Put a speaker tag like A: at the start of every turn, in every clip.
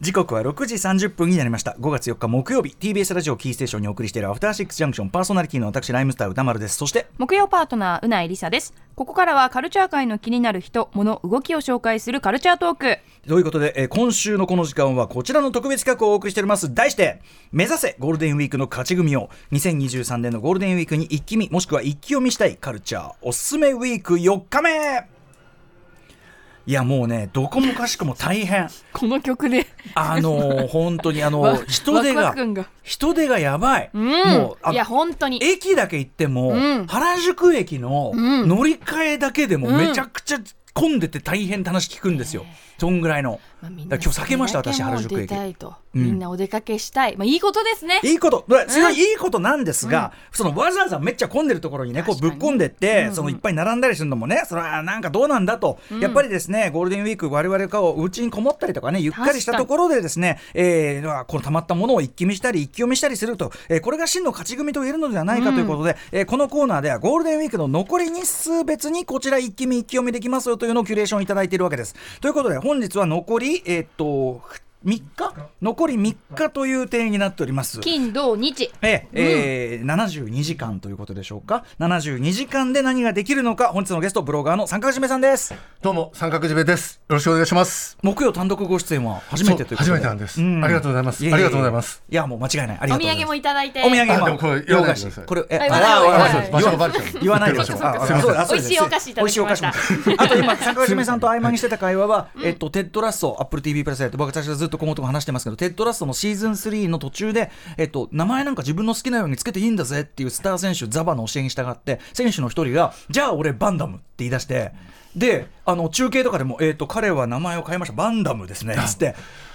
A: 時刻は6時30分になりました5月4日木曜日 TBS ラジオキーステーションにお送りしているアフターシックスジャンクションパーソナリティの私ライムスター歌丸ですそして
B: 木曜パートナーうないりさですここからはカルチャー界の気になる人物動きを紹介するカルチャートーク
A: ということで、えー今週のこの時間はこちらの特別企画をお送りしております題して目指せゴールデンウィークの勝ち組を2023年のゴールデンウィークに一気見もしくは一気読みしたいカルチャーおすすめウィーク4日目いやもうねどこもかしくも大変
B: この曲で
A: あのー本当にあの
B: わ
A: ー人手
B: ワクワ
A: が
B: ク感が
A: 人手がやばい、
B: うん
A: もうあ
B: いや本当に
A: 駅だけ行っても、
B: うん
A: 原宿駅の
B: うん
A: 乗り換えだけでも
B: うん
A: めちゃくちゃ混んでて大変って話聞くんですよ、そんぐらいの。
B: まあみん
A: だ
B: な
A: から今日避けました私
B: それだけも
A: 原
B: う
A: 宿駅
B: 出たいと、
A: うん
B: みんなお出かけしたいまあいいことですね
A: いいこと、すごいいいことなんですが、そのわざわざめっちゃ混んでるところにね、こうぶ
B: 確
A: っ
B: かに
A: 込んでって、
B: うんうん
A: そのいっぱい並んだりするのもね、それはなんかどうなんだと、やっぱりですね、ゴールデンウィーク、我々がお家にこもったりとかね、ゆっかりしたところでですね、えーまあこのたまったものを一気見したり、一気読みしたりすると、えーこれが真の勝ち組と言えるのではないかということで、えーこのコーナーではゴールデンウィークの残り日数別にこちら一気見、一気読みできますよというのをキュレーションいただいているわけです。ということで、本日は残り、えーっと、3日残り3日という点になっております。
B: 金土日
A: えええー72時間ということでしょうか72時間で何ができるのか本日のゲストブロガーの三角締めさんです
C: どうも三角締めです。よろしくお願いします。
A: 木曜単独ご出演は初めてということで
C: そう初めてなんですありがとうございます
A: えええ
C: ありがとうございます
A: いやもう間違いないありがと
B: お
A: う
B: 土
A: ござい
B: 産
A: ま
B: も
A: す
B: いただい
A: お
B: て
A: 土産
C: あ
A: も
C: でもこれ言
A: 洋
C: わない
A: 菓
C: でくださ
A: 子
C: い
A: これえ
B: はい
A: あ
B: わかりました
A: わかりました
C: 場所がバレちゃう。
A: 言わないでくだ
C: す
A: さ
C: い
A: い。
C: ま
A: あ
C: せん
A: あそうだ
B: 美味しいお菓子いた
A: 美
B: だきました
A: 味しいお菓子もあと今、坂上さんと合間にしてた会話は、えっと、テッドラスト、アップル TV プラスでやって、僕たちはずっとこもとも話してますけど、テッドラストのシーズン3の途中で、えっと、名前なんか自分の好きなようにつけていいんだぜっていうスター選手、ザバの教えに従って、選手の一人が、じゃあ俺、バンダムって言い出して、で、あの、中継とかでも、えっと、彼は名前を変えました、バンダムですね、つって。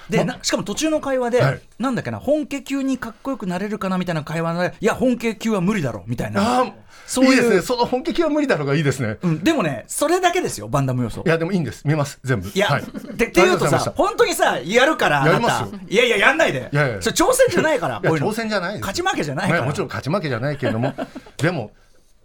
A: でなしかも途中の会話で、
C: はい
A: なんだっけな本家級にかっこよくなれるかなみたいな会話でいや本家級は無理だろうみたいな
C: あ
A: そ
C: そうう
A: いう
C: いいですね。その本気は無理だろうがいいですね。
A: うん、でもね、それだけですよ、バンダム要素。
C: いやでもいいんです。見ます全部。
A: いや、
C: はい
A: でっていうと
C: ありがございま
A: さ
C: した、
A: 本当にさ、やるから、
C: やります
A: あ
C: よ
A: なたいやいや、やんないで。
C: いやいや
A: それ挑戦じゃないから、
C: いや
A: こううの
C: 挑戦じゃないです
A: 勝ち負けじゃないか
C: ま
A: ら。
C: あもちろん勝ち負けじゃないけれ ども、でも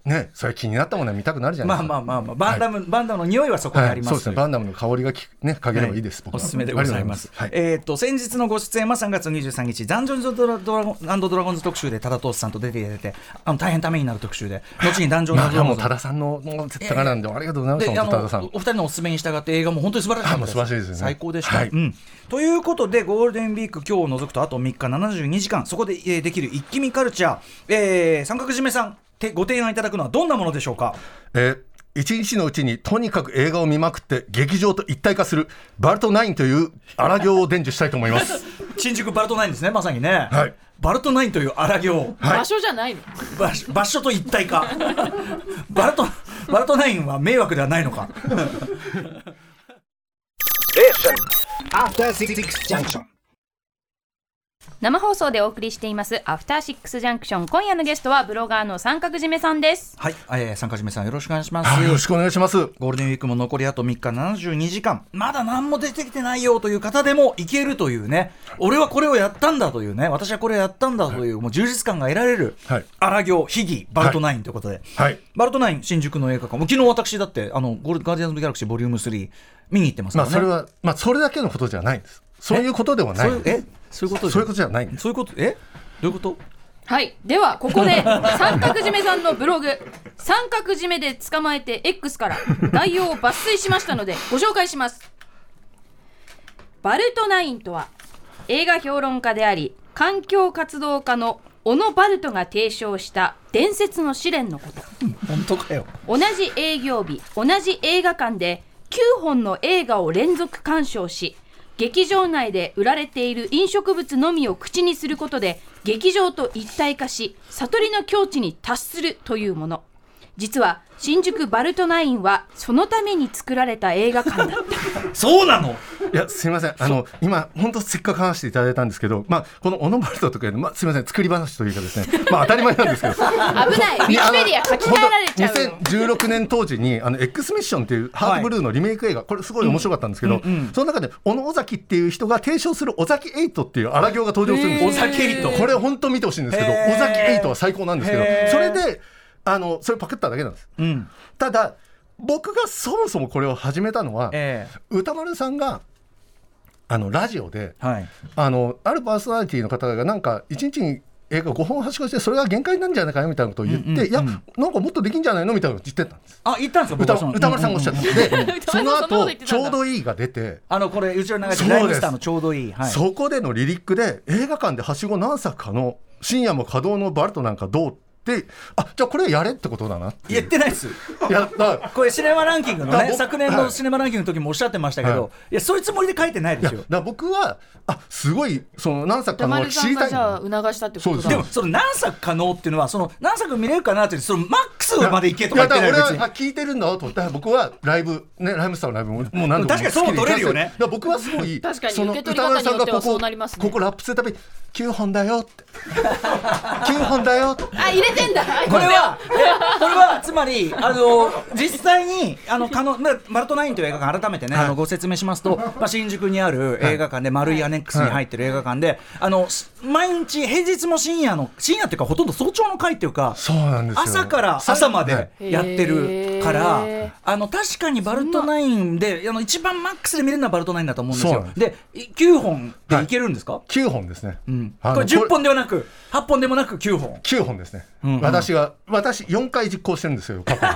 C: ね、それ気になったものは見たくなるじゃない
A: まあ
C: ですか。
A: まあまあまあ、バンダム、バンダムの匂いはそこにあ
C: は
A: り
C: い、
A: ま
C: そうですすね。バンダムの香りがきねかければいいで
A: は
C: す。僕
A: お
C: は
A: すすめでございます。
C: ありがとうござい
A: えーっと先日のご出演は3月23日、残女ドラドラゴンアンドドラゴンズ特集で多田投手さんと出ていただいて、あの大変ためになる特集で、後に男女ドラ
C: まあ
A: ゴ
C: で
A: ン
C: も
A: ズ。
C: 多田さんのもう絶対なんでありがとうございま
A: で
C: した
A: あ
C: 本当多
A: の
C: 田さん。
A: お二人のお勧めに従って映画も本当に素晴らしかった
C: あもう素晴らしいですね
A: 最高でした、
C: はい
A: うん。ということでゴールデンウィーク今日を除くとあと3日72時間そこで、えーできる一気見カルチャー、えー三角締めさんてご提案いただくのはどんなものでしょうか
C: えー一日のうちにとにかく映画を見まくって劇場と一体化するバルトナインという荒行を伝授したいと思 います。
A: 新宿バルトナインですねまさにね、
C: はい
A: バルトナインという荒行
C: はい
B: 場所じゃないの
A: 場所場所と一体化 バルトバルトナインは迷惑ではないのか
D: After Six Junction.
B: 生放送でお送りしていますアフターシックスジャンクション今夜のゲストはブロガーの三角締めさんです
A: はい、えー三角締めさんよろしくお願いします、
C: はいよろしくお願いします。
A: ゴールデンウィークも残りあと3日72時間まだ何も出てきてないよという方でもいけるというね俺はこれをやったんだというね私はこれをやったんだという、もう充実感が得られる
C: はい
A: 荒行秘技バルトナインということで、
C: はい
A: バルトナイン新宿の映画館もう昨日私だってあのゴールガーディアンズ・オブ・ギャラクシーボリューム3見に行ってますか
C: ま
A: らね、
C: あそれは、まあそれだけのことじゃないんです。そういうことではない
A: そういう。えそういうこと
C: そういうことじゃないんです。
A: そういうことえどういうこと
B: はいではここで三角締めさんのブログ三角締めで捕まえて X から内容を抜粋しましたのでご紹介しますバルトナインとは映画評論家であり環境活動家の小野バルトが提唱した伝説の試練のこと
A: 本当かよ
B: 同じ営業日同じ映画館で9本の映画を連続鑑賞し劇場内で売られている飲食物のみを口にすることで劇場と一体化し悟りの境地に達するというもの実は新宿バルトナインはそのために作られた映画館だった
A: そうな の
C: いやすみません。あの今本当せっかく話していただいたんですけど、まあこのオノバルトとかいうのまあすみません作り話というかですね。まあ当たり前なんですけど。
B: 危ないウィキペディア書き換えられちゃうよ
C: 2016年当時にあの X ミッションっていうハートブルーのリメイク映画、これすごい面白かったんですけど、その中で小野尾崎っていう人が提唱する尾崎エイトっていう荒行が登場するんですよ
A: お酒りと
C: これ本当見てほしいんですけど
A: へー
C: 尾崎エイトは最高なんですけど
A: へー
C: それであのそれパクっただけなんです、
A: ん
C: ただ僕がそもそもこれを始めたのは、
A: ええ
C: 歌丸さんがあのラジオで、
A: はい
C: あのあるパーソナリティの方がなんか一日に映画5本発ししてそれが限界なんじゃないかよみたいなことを言って、
A: うんうんうん
C: いやなんかもっとできんじゃないのみたいなこと言ってたんです
A: あ言ったんですよ僕
C: 歌
A: はその
C: 歌丸さんがおっしゃって、
B: 歌
C: でそ
B: 丸さ
C: の
B: んそんなこと
C: 後
B: 言ってたんだ
C: ちょうどいい」が出て。
A: あのこれうちの中
C: そう
A: で
C: で
A: ラ
C: す
A: イブスターのちょうどいい、はい、
C: そこでのリリックで映画館ではしご何作かの「深夜も稼働のバルトなんかどう?」ってあじゃあこれやれってことだなってい
A: 言
C: う
A: ってないです
C: いやだから
A: これシネマランキングの
C: だから
A: ね
C: 僕
A: 昨年のシネマランキングの時もおっしゃってましたけど、、
C: はい
A: やそういうつもりで書いてない
C: い
A: で
C: や
A: すよ
C: だから僕はあすごいその何作か
B: 歌
C: の
B: 丸
C: 知
B: さん
C: りた
B: が
C: い
B: じゃあ促したってこと
C: そう
A: で
B: だ
C: で
A: もその何作可能っていうのはその何作見れるかなっていうそのマックス
C: いや
A: までいけとか言ってない
C: いやだ
A: 別
C: から
A: に
C: 俺はあ聞いてるんだと思ってだから僕はライブねライムスターのライブももう何度も
A: 確かにそう取れるよね
C: だから僕はすごい
B: 確かに
C: その
B: 受け取り方によってはそうなりますね
C: ここラップするたびに9本だよって9本だよって
B: あ入れてんだ
A: これは、えこれはつまり、あの実際に、あの可能まマルトナインという映画館、改めてね、あのご説明しますと、まあ、新宿にある映画館で、丸いアネックスに入ってる映画館で、あのす毎日、平日も深夜の、深夜っていうか、ほとんど早朝の会っていうか、
C: そうなんですよ
A: 朝から朝までやってるか
B: へ
A: ら
B: ー、
A: あの確かにバルトナインで、あの一番マックスで見れるのはバルトナインだと思うんです
C: そう
A: よ
C: な。ん
A: で、い9本でいけるんですか、
C: 9本ですね、
A: うん、
C: あの
A: これ10本ではなく、8本でもなく9本。
C: 9本ですね、
A: んうん
C: 私が私4回実行してるんですよ過去に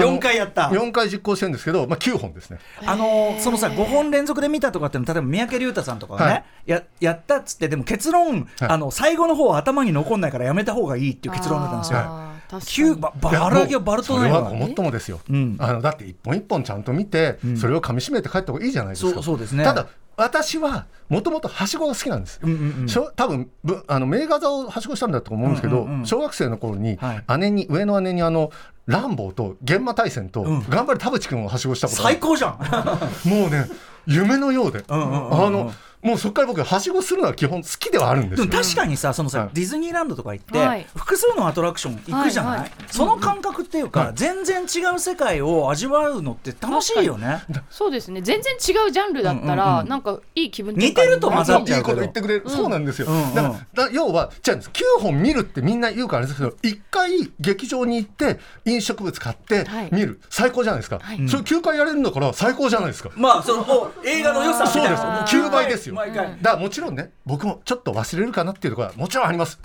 C: の
A: 4回やった。
C: 4回実行してるんですけど、まあ、9本ですね
A: あのーそのさ5本連続で見たとかっていうの例えば三宅龍太さんとかがね、
C: はい
A: ややったっつってでも結論、
C: はい
A: あの最後の方は頭に残んないからやめた方がいいっていう結論だったんですよ。キューバ
C: いや
A: バラギは
C: もう
A: バルトナイン
C: それは
A: は
C: ごもっともですよ、
A: うん
C: あのだって一本一本ちゃんと見て、それをかみしめて帰った方がいいじゃないですか
A: そうそうですね
C: ただ私はもともとはしごが好きなんです、
A: うんうんうん
C: しょ多分ぶあの名画座をはしごしたんだと思うんですけど、
A: うんうんうん
C: 小学生の頃に
A: は
C: 姉に、上の姉にあのランボーと玄馬大戦と、
A: ん
C: 頑張れ田淵君をはしごしたことがある
A: 最高じゃん
C: もうね夢のようで、
A: うんうんうんうん
C: あのもうそこから僕はしごするのは基本好きではあるんで
A: です
C: よ
A: も確かにさそのさ、
C: はい
A: ディズニーランドとか行って、
B: はい
A: 複数のアトラクション行くじゃない、
B: はいはい
A: その感覚っていうか、
C: はい
A: 全然違う世界を味わうのって楽しいよね。
B: そうですね全然違うジャンルだった
A: うんうん
B: ら
A: うん
B: なんかいい気分
A: 似てると混ざっちゃう
C: いいこと言ってくれる、そうなんですよ、
A: うんうん
C: だからだ要はじゃあ9本見るってみんな言うからあれですけど1回劇場に行って飲食物買って
B: はい
C: 見る、最高じゃないですか、
B: はい
C: それ9回やれるんだから最高じゃないですか、
A: まあそのお映画の良さみ
C: そう
A: たい
C: で
A: な
C: す
A: もう
C: 9倍ですよ、
A: 毎
C: だ
A: 回、
C: からもちろんね僕もちょっと忘れるかなっていうところはもちろんあります、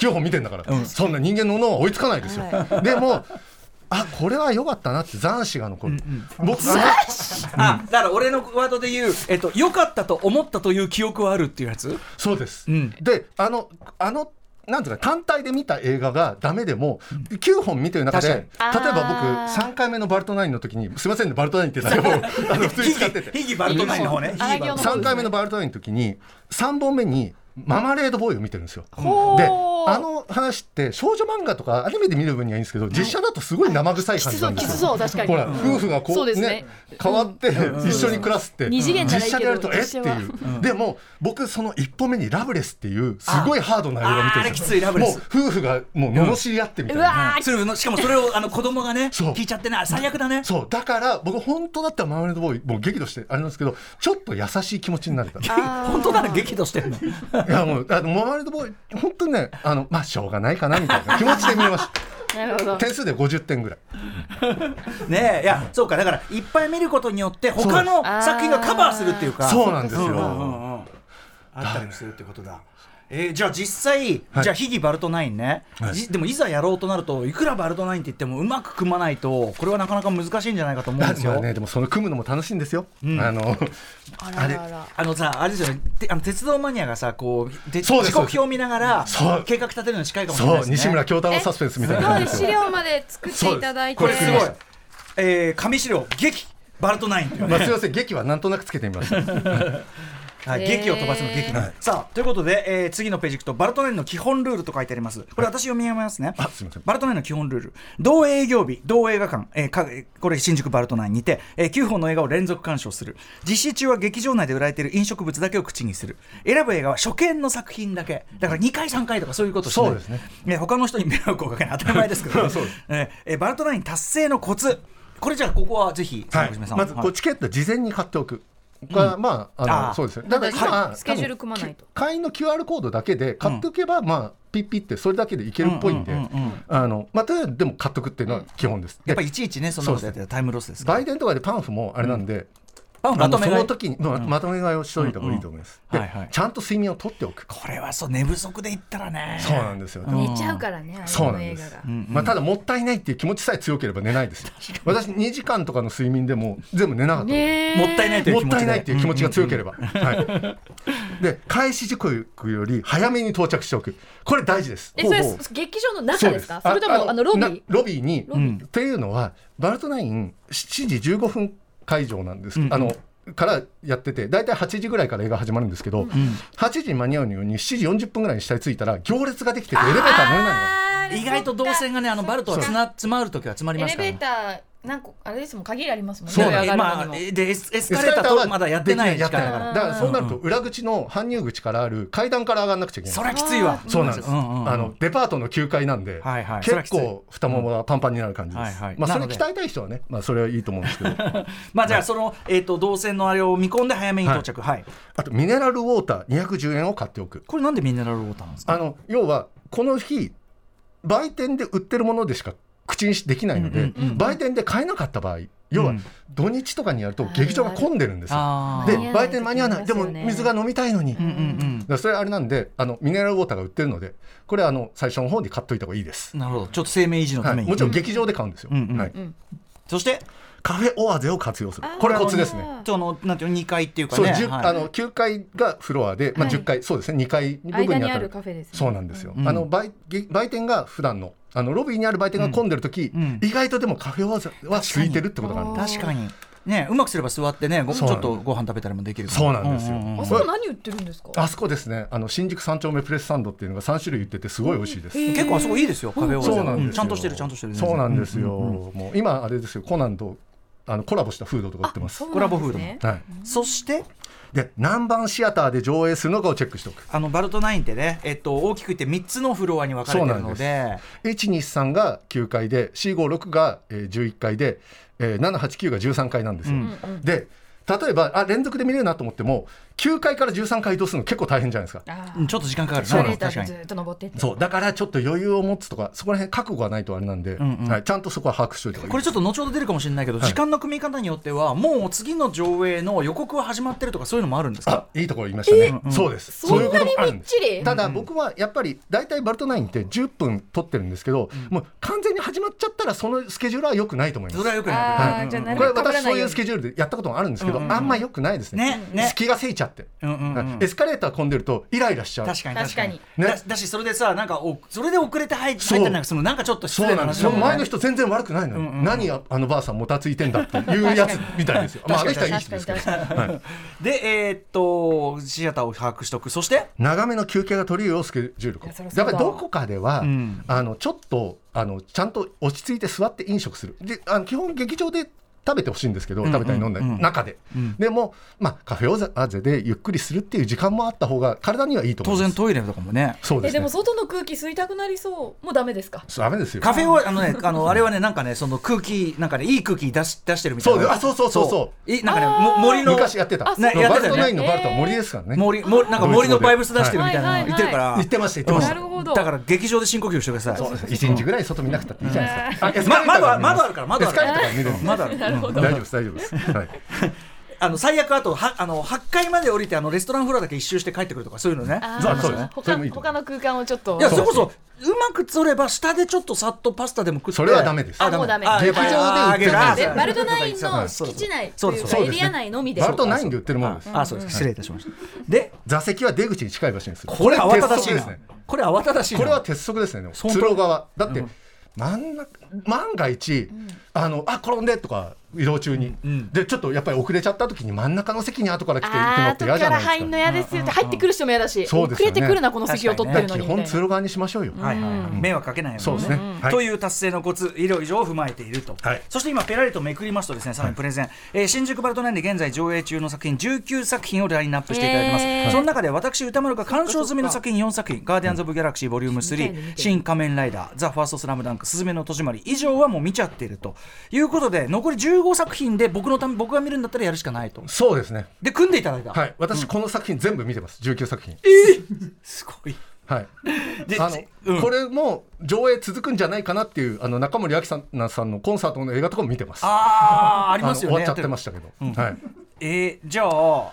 C: 9本見てんだから、
A: うん
C: そんな人間の脳は追いつかないですよ、
B: は
C: でもあこれは良かったなって残滓が残る、僕
A: あだから俺のワードで言う、えっと、良かったと思ったという記憶はあるっていうやつ
C: そうです、
A: うん
C: であのあのなんていうか単体で見た映画がダメでも、9本見てる中で例えば
B: 確かにあー
C: 僕3回目のバルトナインの時にすいませんねバルトナインって言ったらもうあの普通に使ってて
A: ヒギバルトナインの方ね。
B: いい
A: ヒ
B: ね
A: ギバルトナイン
B: 方ですね
C: 3回目のバルトナインの時に3本目にママレードボーイを見てるんですよ。
B: ほー
C: であの話って少女漫画とかアニメで見る分にはいいんですけど実写だとすごい生臭い
B: き
C: 感
B: つ
C: じ
B: そ
C: な
B: うん
C: で
B: き
C: すよ。
B: つそう確かに
C: ほら、夫婦がこ
B: そう
C: う
B: で
C: ね
B: すね
C: 変わって一緒に暮らすって、
B: 二次元じゃ
C: 実
B: ないけど
C: 写でやるとえってい
B: 実写は
C: う、でも僕その一本目にラブレスっていうすごいハードな映画見てるんです
A: あーあれきついラブレス
C: もう夫婦がもう罵り合ってみたいうな、
B: わー
A: それのしかもそれをあの子供がね
C: そう
A: 聞いちゃってな最悪だね。
C: そうだから僕本当だったらマーマレードボーイもう激怒してあれなんですけどちょっと優しい気持ちに なれたい
B: あー
A: 本当なら激怒して るの。
C: やもうあのマーマレードボーイ本当にねあのまあしょうがないかなみたいな気持ちで見えまし
B: なるほ
C: た
B: ど
C: 点数で50点ぐらい
A: ねえいやそうかだからいっぱい見ることによって他の
B: そうです
A: 作品がカバーするっていうか。
C: そうなんですよ、
A: うんうんうんうんあったりもするってことだ。えーじゃあ実際、
C: はい
A: じゃあ、ヒギバルトナインね、
C: はい
A: じでもいざやろうとなると、いくらバルトナインって言っても、うまく組まないと、これはなかなか難しいんじゃないかと思うんです
C: ま
A: よ。
C: あねでもその組むのも楽しいんですよ、あの
B: あららら
A: あのさ、あれですよね、てあの鉄道マニアがさ、こう、で時
C: そうです
A: 刻表を見ながら
C: そう、
A: 計画立てるのに近いかもしれない
C: そ
A: で
C: う
A: すね。
C: 西村京太郎サスペンスみたいな感じです
E: す
C: よ
E: ごい資料まで作っていただいて
C: そうですこれすごい
A: えー、紙資料、劇、バルトナインというね
C: まあ、すみません、劇はなんとなくつけてみました。
A: はい、
B: えー
A: 劇を飛ばすの劇ね、
C: はい
A: さあということで、えー次のページ行くとバルトナインの基本ルールと書いてありますこれ私読み上げますね、
C: あすいません
A: バルトナインの基本ルール同営業日同映画館、えーかえーこれ新宿バルトナインにて、え9本の映画を連続鑑賞する実施中は劇場内で売られている飲食物だけを口にする選ぶ映画は初見の作品だけだから2回3回とかそういうことしない
C: そうですね
A: えー他の人に迷惑をかけない当たり前ですけ ど、ねえーえーバルトナイン達成のコツこれじゃあここはぜひ、坂口さん
C: まず、こ
A: は
C: う
A: い
C: チケット事前に買っておく。がまあ、あの
A: あー
C: そうですね。だから
E: まだ
C: 今、
E: スケジュール組まないと
C: 多分き会員の QR コードだけで買っておけば、まあ、ピッピって、それだけでいけるっぽいんで
A: うんうんうんうん、
C: あの、まあ、とりあえず、でも買っとくっていうのは基本です。
A: やっぱ
C: で
A: いちいちねそんなことやってたらタイムロスですから
C: 売店とかでパンフもあれなんで、
A: あ
C: あ
A: ま
C: の
A: とめ
C: そ
A: 買い
C: の時に、ままとめ買いをしといた方がいいと思います。
A: うんうん
C: で
A: はいはい
C: ちゃんと睡眠をとっておく。
A: これはそう寝不足で言ったらね
C: そうなんですよ。
E: 寝ちゃうからね、あ
C: そうな
E: の
C: ん
E: 映
C: で
E: 画
C: す
E: が。。
C: まあただもったいないっていう気持ちさえ強ければ寝ないですよ。私2時間とかの睡眠でも全部寝なかったの。
E: ね
A: もったいないという
C: もっ
A: 気持ちで
C: たいないっていう気持ちが強ければ。はい。で開始時刻より早めに到着しておく。これ大事です。
E: え、それ
C: ほうほう
E: 劇場の中ですかそれともあのロビ
C: な
E: ー
C: ロビーにっていうのはバルトナイン7時15分会場なんですけど、あのからやってて大体8時ぐらいから映画始まるんですけど、8時に間に合うように7時40分ぐらいに下に着いたら行列ができててエレベーター乗れないの。
E: あー
A: 意外と動線がねあのバルトはつな詰まる時は詰まり
E: エ
A: ま
E: レ
A: すか
E: ベ
A: ら、
E: ー
A: ね。
E: ター、なんか、あれですもん、限りありますもん
C: そ
E: ね。
C: う
E: 上
C: な
E: 上
C: ん
A: え
E: がる
A: ま
E: の
A: あ、
E: も。
A: えでエスエスカレーターとまだやってない時
C: やって
A: 間
C: ない
A: だ
C: か
A: から
C: らだからそうなると裏口の搬入口からある階段から上がんなくちゃいけない
A: そりゃきついわ
C: そうなんです、
A: うんうんうん
C: あのデパートの9階なんで、
A: はいはい
C: 結構太ももがパンパンになる感じです、
A: うんはいはい
C: まあ、それ
A: なので
C: 鍛えたい人はね、まあ、それはいいと思うんですけど
A: まあじゃあその、えー、と動線のあれを見込んで早めに到着はい、
C: あとミネラルウォーター210円を買っておく
A: これなんでミネラルウォーターなんですか
C: あの要はこの日売店で売ってるものでしか口にしできないので、
A: うんうんうん
C: 売店で買えなかった場合要
A: う
C: は
A: ん
C: 土日とかにやると劇場が混んでるんですよ、
A: あ
C: で
A: ー
E: 間に合わない
C: 売店間に合わないでも水が飲みたいのに、
A: うんうん
C: だからそれあれなんであのミネラルウォーターが売ってるのでこれあの最初の方に買っといた方がいいです
A: う、んなるほどちょっと生命維持の
C: は
A: ため
C: い、
A: に、
C: もちろん劇場で買うんですよ、
A: うんうん
C: はい、
A: そして
C: カフェオアゼを活用するこれコツですね
A: そのなんていうの2階っていうか
C: そう、
A: ね
C: 10
A: はい
C: あの9階がフロアで、まあ、
E: はい
C: 10階、そうですね2階部分
E: 間
C: に
E: に
C: あ
E: あ
C: た
E: る
C: る
E: カフェですね。
C: そうなんですよ、
A: うん
C: あの売ぎ売店が普段のあのロビーにある売店が混んでる時、
A: うん
C: 意外とでもカフェオアゼは空いてるってことがあるんです
A: 確かにねうまくすれば座ってねごち
C: そう
A: ょ
C: なん
A: っとご飯食べたりもできるから
C: そうなんですよ
A: ううう
E: あそこ何売ってるんですか
C: あそこですねあの新宿三丁目プレスサンドっていうのが3種類売っててすごい美味しいです、
A: 結構あそこいいですよカフェオレ
C: そうなんですよ、
A: ちゃんとしてるちゃんとしてる
C: そうなんですよ、
A: う
C: もう今あれですよコナンとあのコラボしたフードとか売ってます
E: そう
A: コラ
E: なん
A: ボ
E: ですね
A: フードも
C: はい
A: そして
C: で何番シアターで上映するのかをチェックしておく
A: あのバルトナインってね、えっと、大きく言って3つのフロアに分かれてるの
C: そう
A: で
C: 123が9階で456がえー11階でえー789が13階なんですよ、で例えばあ連続で見れるなと思っても9階から13階移動するの結構大変じゃないですか
E: あ
A: うんちょっと時間かかる
E: ーエレ
A: ね
E: ータ
A: 確か
E: ー
A: に
E: でずっと登ってって。
C: そうだからちょっと余裕を持つとかそこら辺覚悟がないとあれなん
A: ん
C: で、
A: うん
C: はい、ちゃんとそこは把握しておいた方がいい
A: これちょっと後ほど出るかもしれないけど、時間の組み方によってはもう次の上映の予告は始まってるとかそういうのもあるんですか
C: あいいところ言いましたね、そうです
E: そ
C: うんいうこ
E: な
C: と
E: に
C: もある
E: み
C: ん
E: っ
C: です
E: ちり
C: ただ僕はやっぱり大体バルトナインって10分撮ってるんですけど、もう完全に始まっちゃったらそのスケジュールは良くないと思いま
A: そ
C: す
A: れはよく
E: あ
A: ない
E: ーじゃあなる
C: これ
E: べく被ら
C: 私
E: な
C: そう
E: い
C: い
E: よう
C: う
E: に
C: ス。ケジュールでやったこともあるんですけど、あんま良くないですね
A: ねね
C: 隙がせいちゃって、
A: うんうんうん
C: エスカレーター混んでるとイライラしちゃう
A: 確かに確かに
E: 確
C: かに
A: だだしそれでさなんかおそれで遅れて入っ入ったりなんかするのなんかちょっと失
C: そう
A: 礼
C: な
A: なん
C: です
A: 話だ
C: よそ
A: も
C: の
A: ん
C: 前の
A: ね
C: 人全然悪くないのに、何ああのばあさんもたついてんだっていうやつみたいですよ、まあ、あの人はいい人で
E: 確かに
C: すけど
E: 確かに。
A: でえーっとシアターを把握しておくそして
C: 長めの休憩が取り入れをスケジュール化
E: いやそりゃそうだ
C: やっぱりどこかでは、
A: ん
C: あのちょっとあのちゃんと落ち着いて座って飲食するであの基本劇場で食べてほしいんですけど、
A: ん
C: 食べたり飲んだり、
A: うん
C: 中で、でも、まあ、カフェオーゼでゆっくりするっていう時間もあった方が体にはいいと思
A: 当
C: いま
A: 然
C: す
A: トイレとかもね
C: そうで
E: え、
C: すね
E: でも外の空気吸いたくなりそう。もうダメですか
C: ダメですよ
A: カフェをあのね、あ のあれはね、なんかね、その空気、なんかね、いい空気出し出してるみたい
C: そう
A: な。
C: あそうそうそうそう
A: いなんかね、も森の。
C: 昔やってた
E: あ
A: ね
C: そう
A: やっ
C: バ
A: てたよね
C: ルトナインのバルトは森ですからね
A: 森、森、なんか森のバイブス出してるみたい
E: はい
A: な、
E: はい
A: 言ってるから。
C: 言ってました言ってまし
E: な
C: た
E: るほど。
A: だから劇場で深呼吸してください。
C: そうです一日ぐらい外見なくたっていいじゃないですか。あエスカレ
A: ま、
C: ー
A: 窓
C: ターが
A: は、
C: 見
A: 窓あるから、窓
C: エ
A: あ
C: ス
A: るか
C: カレー
A: ら
C: ター。が見れるんで
A: 窓あ る。うん
C: 大丈夫です大丈夫です。はい。
A: あの最悪あと、は、あの八階まで降りて、あのレストランフロアだけ一周して帰ってくるとか、そういうのね。
E: あ
C: そう
E: ー
C: そうですそれ
E: 他
C: もいいと思う
E: 他の空間をちょっと。
A: いや、そ
C: そう
A: れ
C: そ
A: こ
C: う
A: そ、うまく釣れば、下でちょっとさっとパスタでも食って。
C: それはダメです
E: あもうダメ
A: あ
C: 劇場で売ってる
A: ああげ
E: で
A: るあ
E: バルトナインの敷地内
A: そ
E: と
A: う
E: い
A: そうう
E: か
A: そう
E: エリア内のみで
C: バルトナインで売ってるものです。
A: あ、そうです。失礼いたしました。で、
C: 座席は出口に近い場所にする。
A: これ慌ただしい
C: で
A: な
C: すね。。
A: これ慌ただしいな。
C: これは鉄則ですね。でも
A: そう
C: 通路側だって真ん中万が一あのあ転んでとか移動中に
A: ん
C: でちょっとやっぱり遅れちゃった時に真ん中の席に後から来て行くの
E: あ
C: って
E: と
C: 嫌じ
E: か
C: ゃな
E: ら
C: い
E: 入ん
C: で
E: の
C: すか。
E: 嫌ですよって入ってくる人も嫌だし
C: そうです
E: 遅
C: よね
E: れてくるなこの席を取ってるの
C: 基
E: にみ
C: 本
E: たい
C: 通
E: な
C: 路側にしましょうよ。
A: はいはいはい、迷惑かけないように
C: そうですねはい
A: という達成のコツ以上を踏まえていると、
C: はい
A: そして今ペラリとめくりますとですねさらにプレゼン、えー新宿バルトナインで現在上映中の作品19作品をラインナップしていただいてます、
E: へー
A: その中で私歌丸が鑑賞済みの作品4作品「ガーディアンズ・オブ・ギャラクシー Vol.3」「新仮面ライダー」「ザ・ファースト・スラムダンク」「すずめの戸締まり」以上はもう見ちゃっているということで残り15作品で僕のため僕が見るんだったらやるしかないと
C: そうですね。
A: で組んでいただいた、
C: はい。私この作品全部見てます。19作品。
A: すごい
C: はい。
A: で
C: あの、
A: うん
C: これも上映続くんじゃないかなっていうあの中森明菜さんのコンサートの映画とかも見てます。
A: ああありますよね
C: あの終わっちゃってましたけど、はい。
A: えー、じゃああの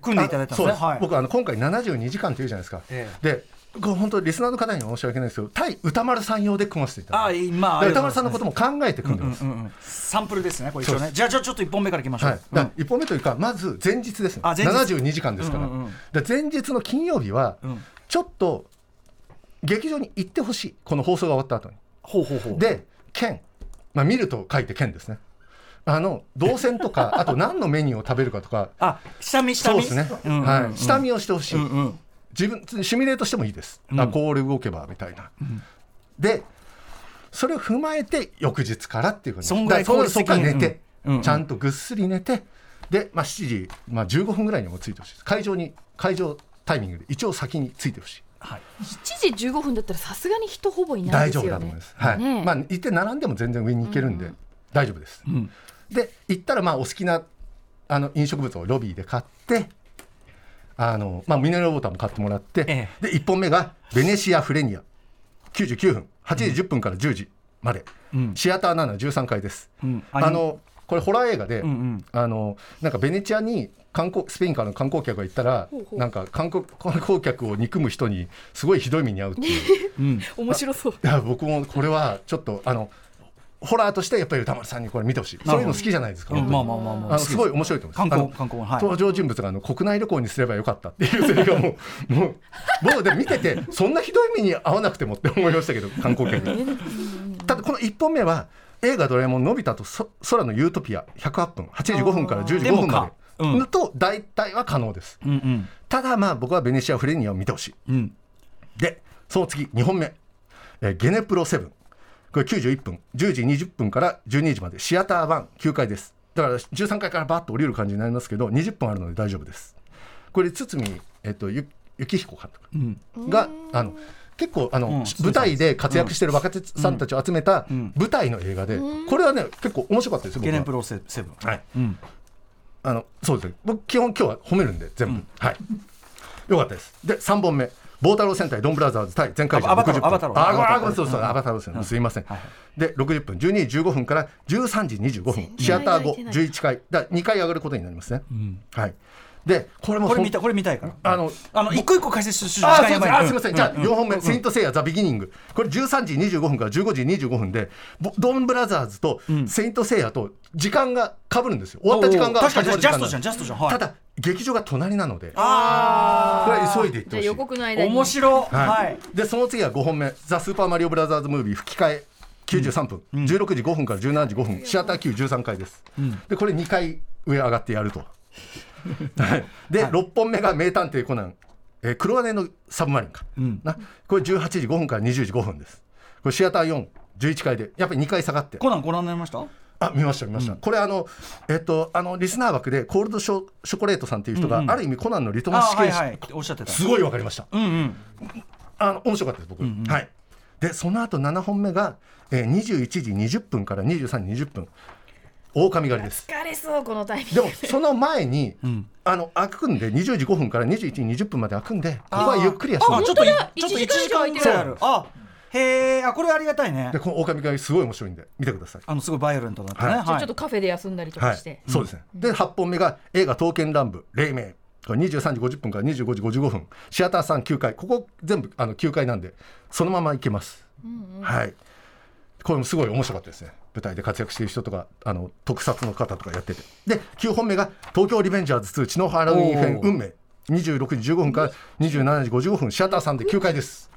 A: 組んでいただいたんですね
C: あそう
A: はい
C: 僕あの今回72時間っていうじゃないですか、
A: え
C: でこれ本当リスナーの方には申し訳ないですけど対歌丸さん用で組ませてい
A: あ
C: ただいて
A: ーまあ
C: で歌丸さんのこと
A: も、
C: も考えて組んで
A: うん
C: ます、
A: うんうん、サンプルですねこれ一応
C: そう
A: ね
C: で
A: じゃあじゃあちょっと一本目からいきましょう、
C: はい、だから一本目というか、まず前日ですね、
A: あ前日
C: 72時間ですから、
A: うんうんうん
C: で前日の金曜日は
A: うん、うん、
C: ちょっと劇場に行ってほしい、この放送が終わった後に。
A: ほうほうほう
C: で、券、まあ、見ると書いて券ですね、あの動線とか、あと何のメニューを食べるかとか、
A: あ下見下
C: そう
A: 見
C: ですね、
A: んうんうん
C: はい、下見をしてほしい、
A: うんうん
C: 自分、シミュレートしてもいいです、
A: うん
C: あこう動けばみたいな。でそれを踏まえて翌日からっていう感じ
A: そんぐらい効率
C: そ
A: 的
C: こから
A: に
C: 寝て、
A: うんうん
C: ちゃんとぐっすり寝てで、まあ、7時、まあ、15分ぐらいにはもう着いてほしいです会場に会場タイミングで一応先に着いてほしい
A: はい、
E: 7時15分だったらさすがに人ほぼいな
C: 大
E: いです
C: 丈
E: よ
C: 夫だ
E: ね
C: と思います、はい
E: ねえ
C: まあ、行って並んでも全然上に行けるんで、大丈夫です、
A: ん
C: で行ったらまあお好きなあの飲食物をロビーで買ってあの、まあ、ミネラルウォーターも買ってもらって、
A: え
C: で1本目がベネシア・フレニア99分8時10分から10時まで、
A: うん
C: シアター713階です、
A: うん
C: あのこれホラー映画で、
A: うんうん
C: あのなんかベネチアに観光スペインからの観光客が行ったら
E: ほうほう
C: なんか観光観光客を憎む人にすごいひどい目に遭うっていう
A: うん
E: 面白そう
C: いや僕もこれはちょっとあのホラーとしてやっぱり歌丸さんにこれ見てほしいそういうの好きじゃないですか、
A: うんまあ
C: 本
A: まあまあま
C: 当
A: あ
C: にあのすごい面白いと思いま
A: 観
C: す
A: 光
C: あの
A: 観光はい
C: 登場人物があの国内旅行にすればよかったっていうセリフがもうもう僕で見ててそんなひどい目に遭わなくてもって思いました けど観光客にただこの1本目は映画「ドラえもんのび太とそ空のユートピア」108分85分から
A: で
C: 15
A: も
C: 分
A: か
C: まで
A: うん
C: と大体は可能です
A: うんうん
C: ただまあ僕はベネチア・フレニアを見てほしい
A: うん
C: でその次2本目、えーゲネプロ7これ91分10時20分から12時までシアター1 9階ですだから13階からバーッと降りる感じになりますけど20分あるので大丈夫ですこれ堤、えっとゆ幸彦監督
A: うん
C: があの結構あの、
A: うん
C: 舞台で活躍してる若手さんたちを集めた
A: ん
C: 舞台の映画で、これはね結構面白かったですよ
A: ゲ
C: 僕
A: ネプ
C: は、
A: ロセセブン
C: はい、
A: うん
C: あのそうですね僕基本今日は褒めるんで全部、はいよかったですで3本目ボータロー戦隊ドンブラザーズ対前回
A: あアバタロー
C: 分
A: アバタロー
C: あごめん
A: ア
C: あ
A: バタロー
C: ごめんそうそう
A: うん
C: アバタロー戦隊すいません、
A: はいは
C: で60分12時15分から13時25分シアター5 11階だ2回上がることになりますね、はいでこれも
A: これ
C: ほん
A: 見たこれ見たいから
C: あの
A: あの一個一個解説する時
C: あ
A: 間
C: そう
A: や
C: で
A: ば
C: す
A: い
C: あすみません、じゃあ
A: う
C: 4本目、セイント・セイヤ・ザ・ビギニング、これ13時25分から15時25分で、ぼドンブラザーズとセイント・セイヤと時間がかぶるんですよ、終わった時間が
A: 確かに
C: 始まる時
A: ジ
C: 間
A: ャストじゃんジャストじゃんはい
C: ただ、劇場が隣なので、これ
A: あ
C: は急いでいっ
E: じ
C: て
E: ゃ
C: ほ
E: あ
C: し
E: 予
C: い。
E: 告の間に
A: 面白
C: は
A: はい
C: い、でその次は5本目「ザ・スーパーマリオブラザーズ・ムービー」吹き替え93分、16時5分から17時5分シアター Q13 回です、でこれ2回上上がってや るとはいで、6本目が「名探偵コナン」えー「黒羽のサブマリンか」なこれ18時5分から20時5分ですこれシアター411回でやっぱり2回下がって
A: コナンご覧になりました
C: あ見ました見ました、これあのえっとあのリスナー枠でコールドショショコレートさんっていう人が、
A: うんうん
C: ある意味コナンのリトマ
A: あ
C: ス試
A: は
C: 験
A: い
C: 紙、
A: はいおっしゃってた
C: すごいわかりました
A: うんうん
C: あの面白かったです僕、はいでその後7本目が、えー、21時20分から23時20分狼狩りです
E: 疲れそうこのタイミング
C: でもその前に、 あの開くんで20時5分から21時20分まで開くんでここはゆっくり休
A: あ
C: む
A: ちょっとい
E: 本当だ
A: ちょっと
E: 1
A: 1
E: 時
A: 時
E: 間
A: 間ぐらいあ
C: 空い
A: る
C: て
A: あへえあこれありがたいね
C: でこの狼狩りすごい面白いんで見てください
A: あのすごいバイオレントだったね
C: はい
E: じゃあ
A: は
E: ちょっ
A: い
E: とカフェで休んだりと
C: は
E: か
C: い
E: して、
C: そうですねで8本目が映画「刀剣乱舞黎明」これ23時50分から25時55分シアターさん9階ここ全部あの9階なんでそのまま行けます、はいこれもすごい面白かったですね舞台で活躍している人とかあの特撮の方とかやっててで9本目が「東京リベンジャーズ2血のハロウィン編
A: おー
C: 運命」26時15分から27時55分シアターさんで9階です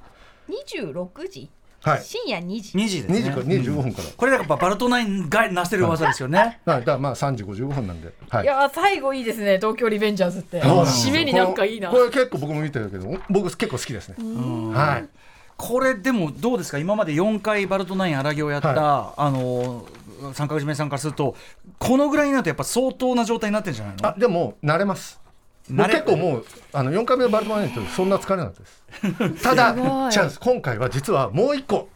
E: 26時
C: はい
E: 深夜2時
A: 2時です
C: 2時
A: ね
C: から25分から、
A: これやっぱバルトナインがなしてる技ですよね
C: はいだからまあ3時55分なんで、はい
E: い、やー最後いいですね東京リベンジャーズって
C: そうなんです
E: 締
C: よ
E: めになんかいいな
C: これこれ結構僕も見てるけど僕結構好きですねはい
A: これでもどうですか今まで4回バルトナイン荒木をやった、
C: は
A: あのー三角締めさんからするとこのぐらいになるとやっぱ相当な状態になってるんじゃないの
C: あでも慣れます
A: 慣れ
C: 僕結構もうあの4回目のバルトナインとそんな疲れなかった ですただ
E: ごい
C: チャンス今回は実はもう一個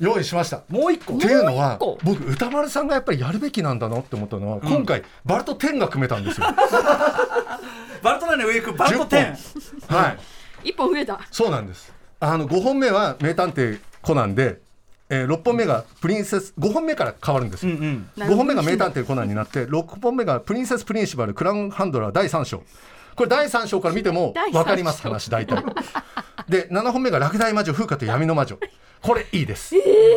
C: 用意しました、
A: もう一個
C: っていうのは
E: もう一
C: 僕歌丸さんがやっぱりやるべきなんだなって思ったのは、今回バルト10が組めたんで すよ
A: バルトナインのウィークバルト
C: 10
A: 10
C: 本はい
E: 一本増えた
C: そうなんですあの5本目は名探偵コナンで、えー6本目がプリンセス5本目から変わるんですよ、
A: うん
C: 5本目が名探偵コナンになって6本目がプリンセスプリンシバルクラウンハンドラー第3章これ第3章から見ても
E: 第三章
C: 分かります話大体で7本目が落第魔女風花と闇の魔女これいいです、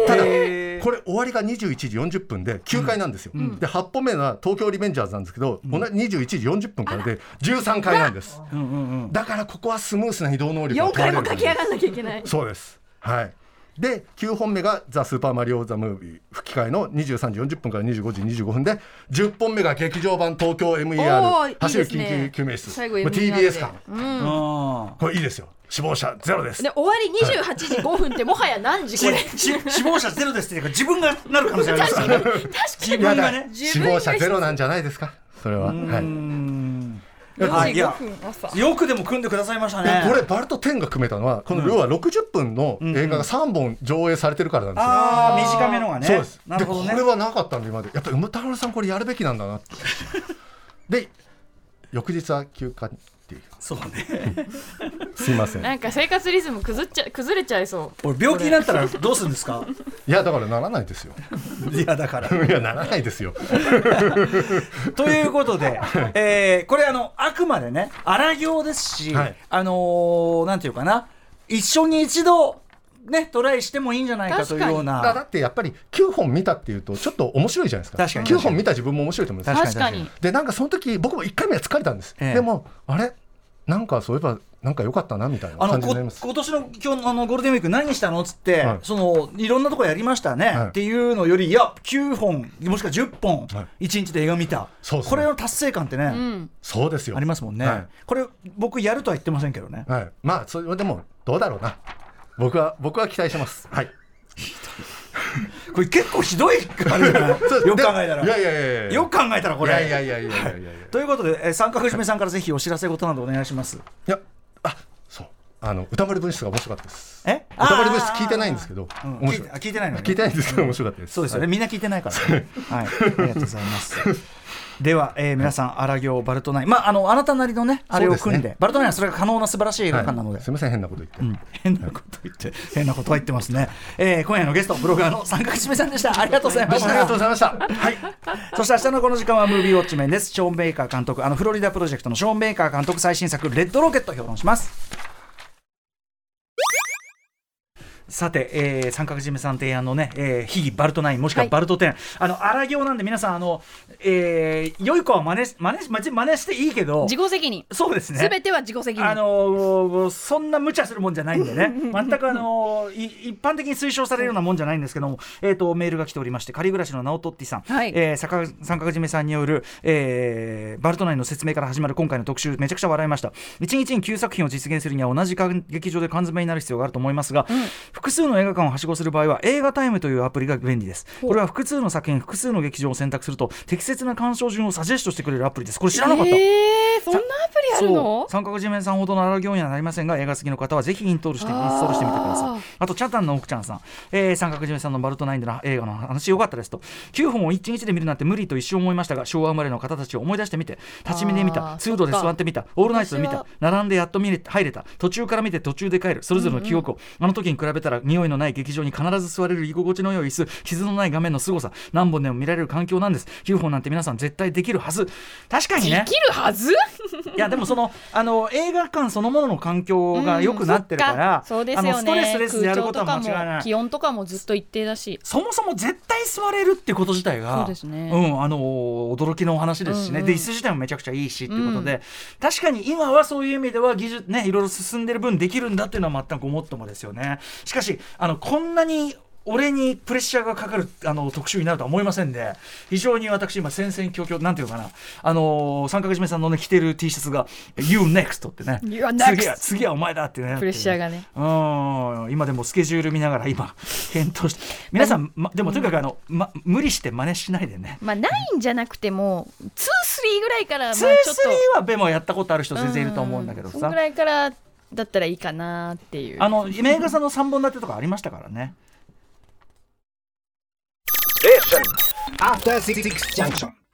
C: ただ
A: へー
C: これ終わりが21時40分で9回なんですよ、で8本目が東京リベンジャーズなんですけど、同じ21時40分からで13回なんです
A: うんうんうん
C: だからここはスムースな移動能力が問
E: 4
C: わ
E: 回
C: れる
E: も駆け上がんなきゃいけない
C: そうです。はい。で9本目が「ザ・スーパーマリオ・ザ・ムービー」吹き替えの23時40分から25時25分で10本目が劇場版「東京
E: おーい
C: MER
E: い」
C: 走る
E: ですね
C: 緊急救命室
E: 最後
C: もう
E: MER
C: TBS 感
A: あ
C: これいいですよ死亡者ゼロです
E: で終わり28時5分ってもはや何時
A: ー
E: これ
A: しし死亡者ゼロですっていうか自分がなる可能性あります からね自分がね
E: 自
C: 死
E: 分が
C: 亡者ゼロなんじゃないですかそれは、はい、
A: あいや
E: 分朝
A: よくでも組んでくださいましたね
C: でこれバルト10が組めたのはこの要は60分の映画が3本上映されてるからなんですよ、
A: ああ短めのがね
C: そうです。
A: なるほど
C: で
A: ね
C: これはなかったんで今までやっぱり梅田原さんこれやるべきなんだなってで翌日は休暇っていう
A: そうね
C: すいません
F: なんか生活リズム崩っちゃ崩れちゃいそう
A: 俺病気になったらどうするんですか
C: いやだからならないですよ
A: いやだから
C: いやならないですよ
A: ということで、えーこれあのあくまでね荒行ですし、
C: はい
A: あのーなんていうかな一緒に一度ねトライしてもいいんじゃないかというよう
C: だだ
A: な
C: ってやっぱり9本見たっていうとちょっと面白いじゃないですか
A: 確かに
C: 9本見た自分も面白いと思うんですよ
F: 確かに
C: でなんかその時僕も1回目は疲れたんです、
A: ええ
C: でもあれなんかそういえばなんか良かったなみたいな
A: あの
C: 感じに
A: こ
C: なります
A: 今年の今日あのゴールデンウィーク何したのっつって、
C: はい
A: そのいろんなとこやりましたね、
C: はい
A: っていうのよりいや9本もしくは10本、
C: は
A: 一1日で映画見た
C: そうですね
A: これの達成感ってね、
C: そうですよ
A: ありますもんね、
C: はい
A: これ僕やるとは言ってませんけどね
C: はい、まあそれでもどうだろうな僕は僕は期待してますはい
A: これ結構ひどいあれじゃ ないよく考えたら
C: いやいやいやいや
A: よく考えたらこれ
C: いやいやいやいやいやいやいや
A: ということで、えー、三角締めさんからぜひお知らせ事などお願いします。
C: いやあそうあの歌丸文室が面白かったです
A: え
C: 歌丸文室聞いてないんですけど
A: うん
C: 面
A: 聞い
C: 白
A: て
C: い
A: あ聞いてないのね
C: 聞いてないんですけど面白かったです
A: そうですよね、みんな聞いてないから、ね。はい、ありがとうございます。では、えー皆さん、荒行、バルトナイン、まあ、あの、あなたなりのね、あれを組ん
C: そう
A: で、
C: ですね
A: バルトナインはそれが可能な素晴らしい映
C: は
A: 画
C: い
A: 館なので。
C: すみません変なこと言って、
A: うん変なこと言って、変なことは言ってますね。えー今夜のゲスト、ブロガーの三角締めさんでした。ありがとうござい
C: ど
A: ま
C: う
A: し
C: もありがとう
A: た
C: ご。ざいましたはい
A: そして明日のこの時間はムービーウォッチメンです。ショーン・ベイカー監督、あのフロリダプロジェクトのショーン・ベイカー監督最新作、レッドロケット評論します。さて、えー三角締めさん提案のね、えー、秘技バルトナインもしくはバルト10、あの荒行なんで皆さんあの、えー、良い子は真似し真似し真似真似していいけど
F: 自己責任
A: そうですね
E: すべては自己責任
A: あのーそんな無茶するもんじゃないんで ね全く、あのーい一般的に推奨されるようなもんじゃないんですけども、えー、とメールが来ておりまして仮暮らしのナオトッティさん、
F: はい
A: えー坂三角締めさんによる、えーバルトナインの説明から始まる今回の特集めちゃくちゃ笑いました一日に9作品を実現するには同じか劇場で缶詰になる必要があると思いますが、複数の映画館をはしごする場合は映画タイムというアプリが便利ですこれは複数の作品複数の劇場を選択すると適切な鑑賞順をサジェストしてくれるアプリですこれ知らなかった、
F: えー、そんなアプリある
A: そ
F: の
A: う三角地面さんほどの荒行にはなりませんが映画好きの方はぜひインストールしてインストールしてみてくださいあとチャタンの奥ちゃんさん、えー三角地面さんのバルトナインでの映画の話良かったですと9本を1日で見るなんて無理と一瞬思いましたが昭和生まれの方たちを思い出してみて立ち見で見
E: あ
A: た
E: ー
A: 通路で座ってみたオールナイトで見
E: 私
A: た
E: は
A: 並んでやっと見れ入れた途中から見て途中で帰るそれぞれの記憶を、あの時に比べたら匂いのない劇場に必ず座れる居心地の良い椅子傷のない画面の凄さ何本でも見られる環境なんです9本なんて皆さん絶対できるはず確かにね
F: できるはず
A: いやでもそのあの映画館そのものの環境が良くなってるから、
F: そうですよ
A: あ
F: ね
A: のストレスレスでやることは間
F: 空調と
A: 違い
F: か
A: な
F: も
A: い
F: 気温とかもずっと一定だし
A: そもそも絶対座れるってこと自体が
F: そうですね
A: うん、あの驚きのお話ですし
F: うん
A: ね、
F: うん
A: で椅子自体もめちゃくちゃいいしっていうことで、確かに今はそういう意味では技術ねいろいろ進んでる分できるんだっていうのは全く思ってもですよねしかしあのこんなに俺にプレッシャーがかかるあの特集になるとは思いませんで非常に私今戦々恐々なんていうのかなあの三角締めさんのね着てる T シャツが「You next」ってね
F: You are next
A: 次は次はお前だってね
F: プレッシャーがね
A: うん今でもスケジュール見ながら今検討して皆さん、ま、でもとにかくあの、ま、無理して真似しないでね
F: まあないんじゃなくても2、3ぐらいからまあ
A: 2-3
F: ちょっと
A: はベもやったことある人全然いると思うんだけど
F: そん
A: さ
F: ぐらいからだったらいいかなっていう
A: あの名画さんの3本立てとかありましたからね
D: Station. After Six Junction.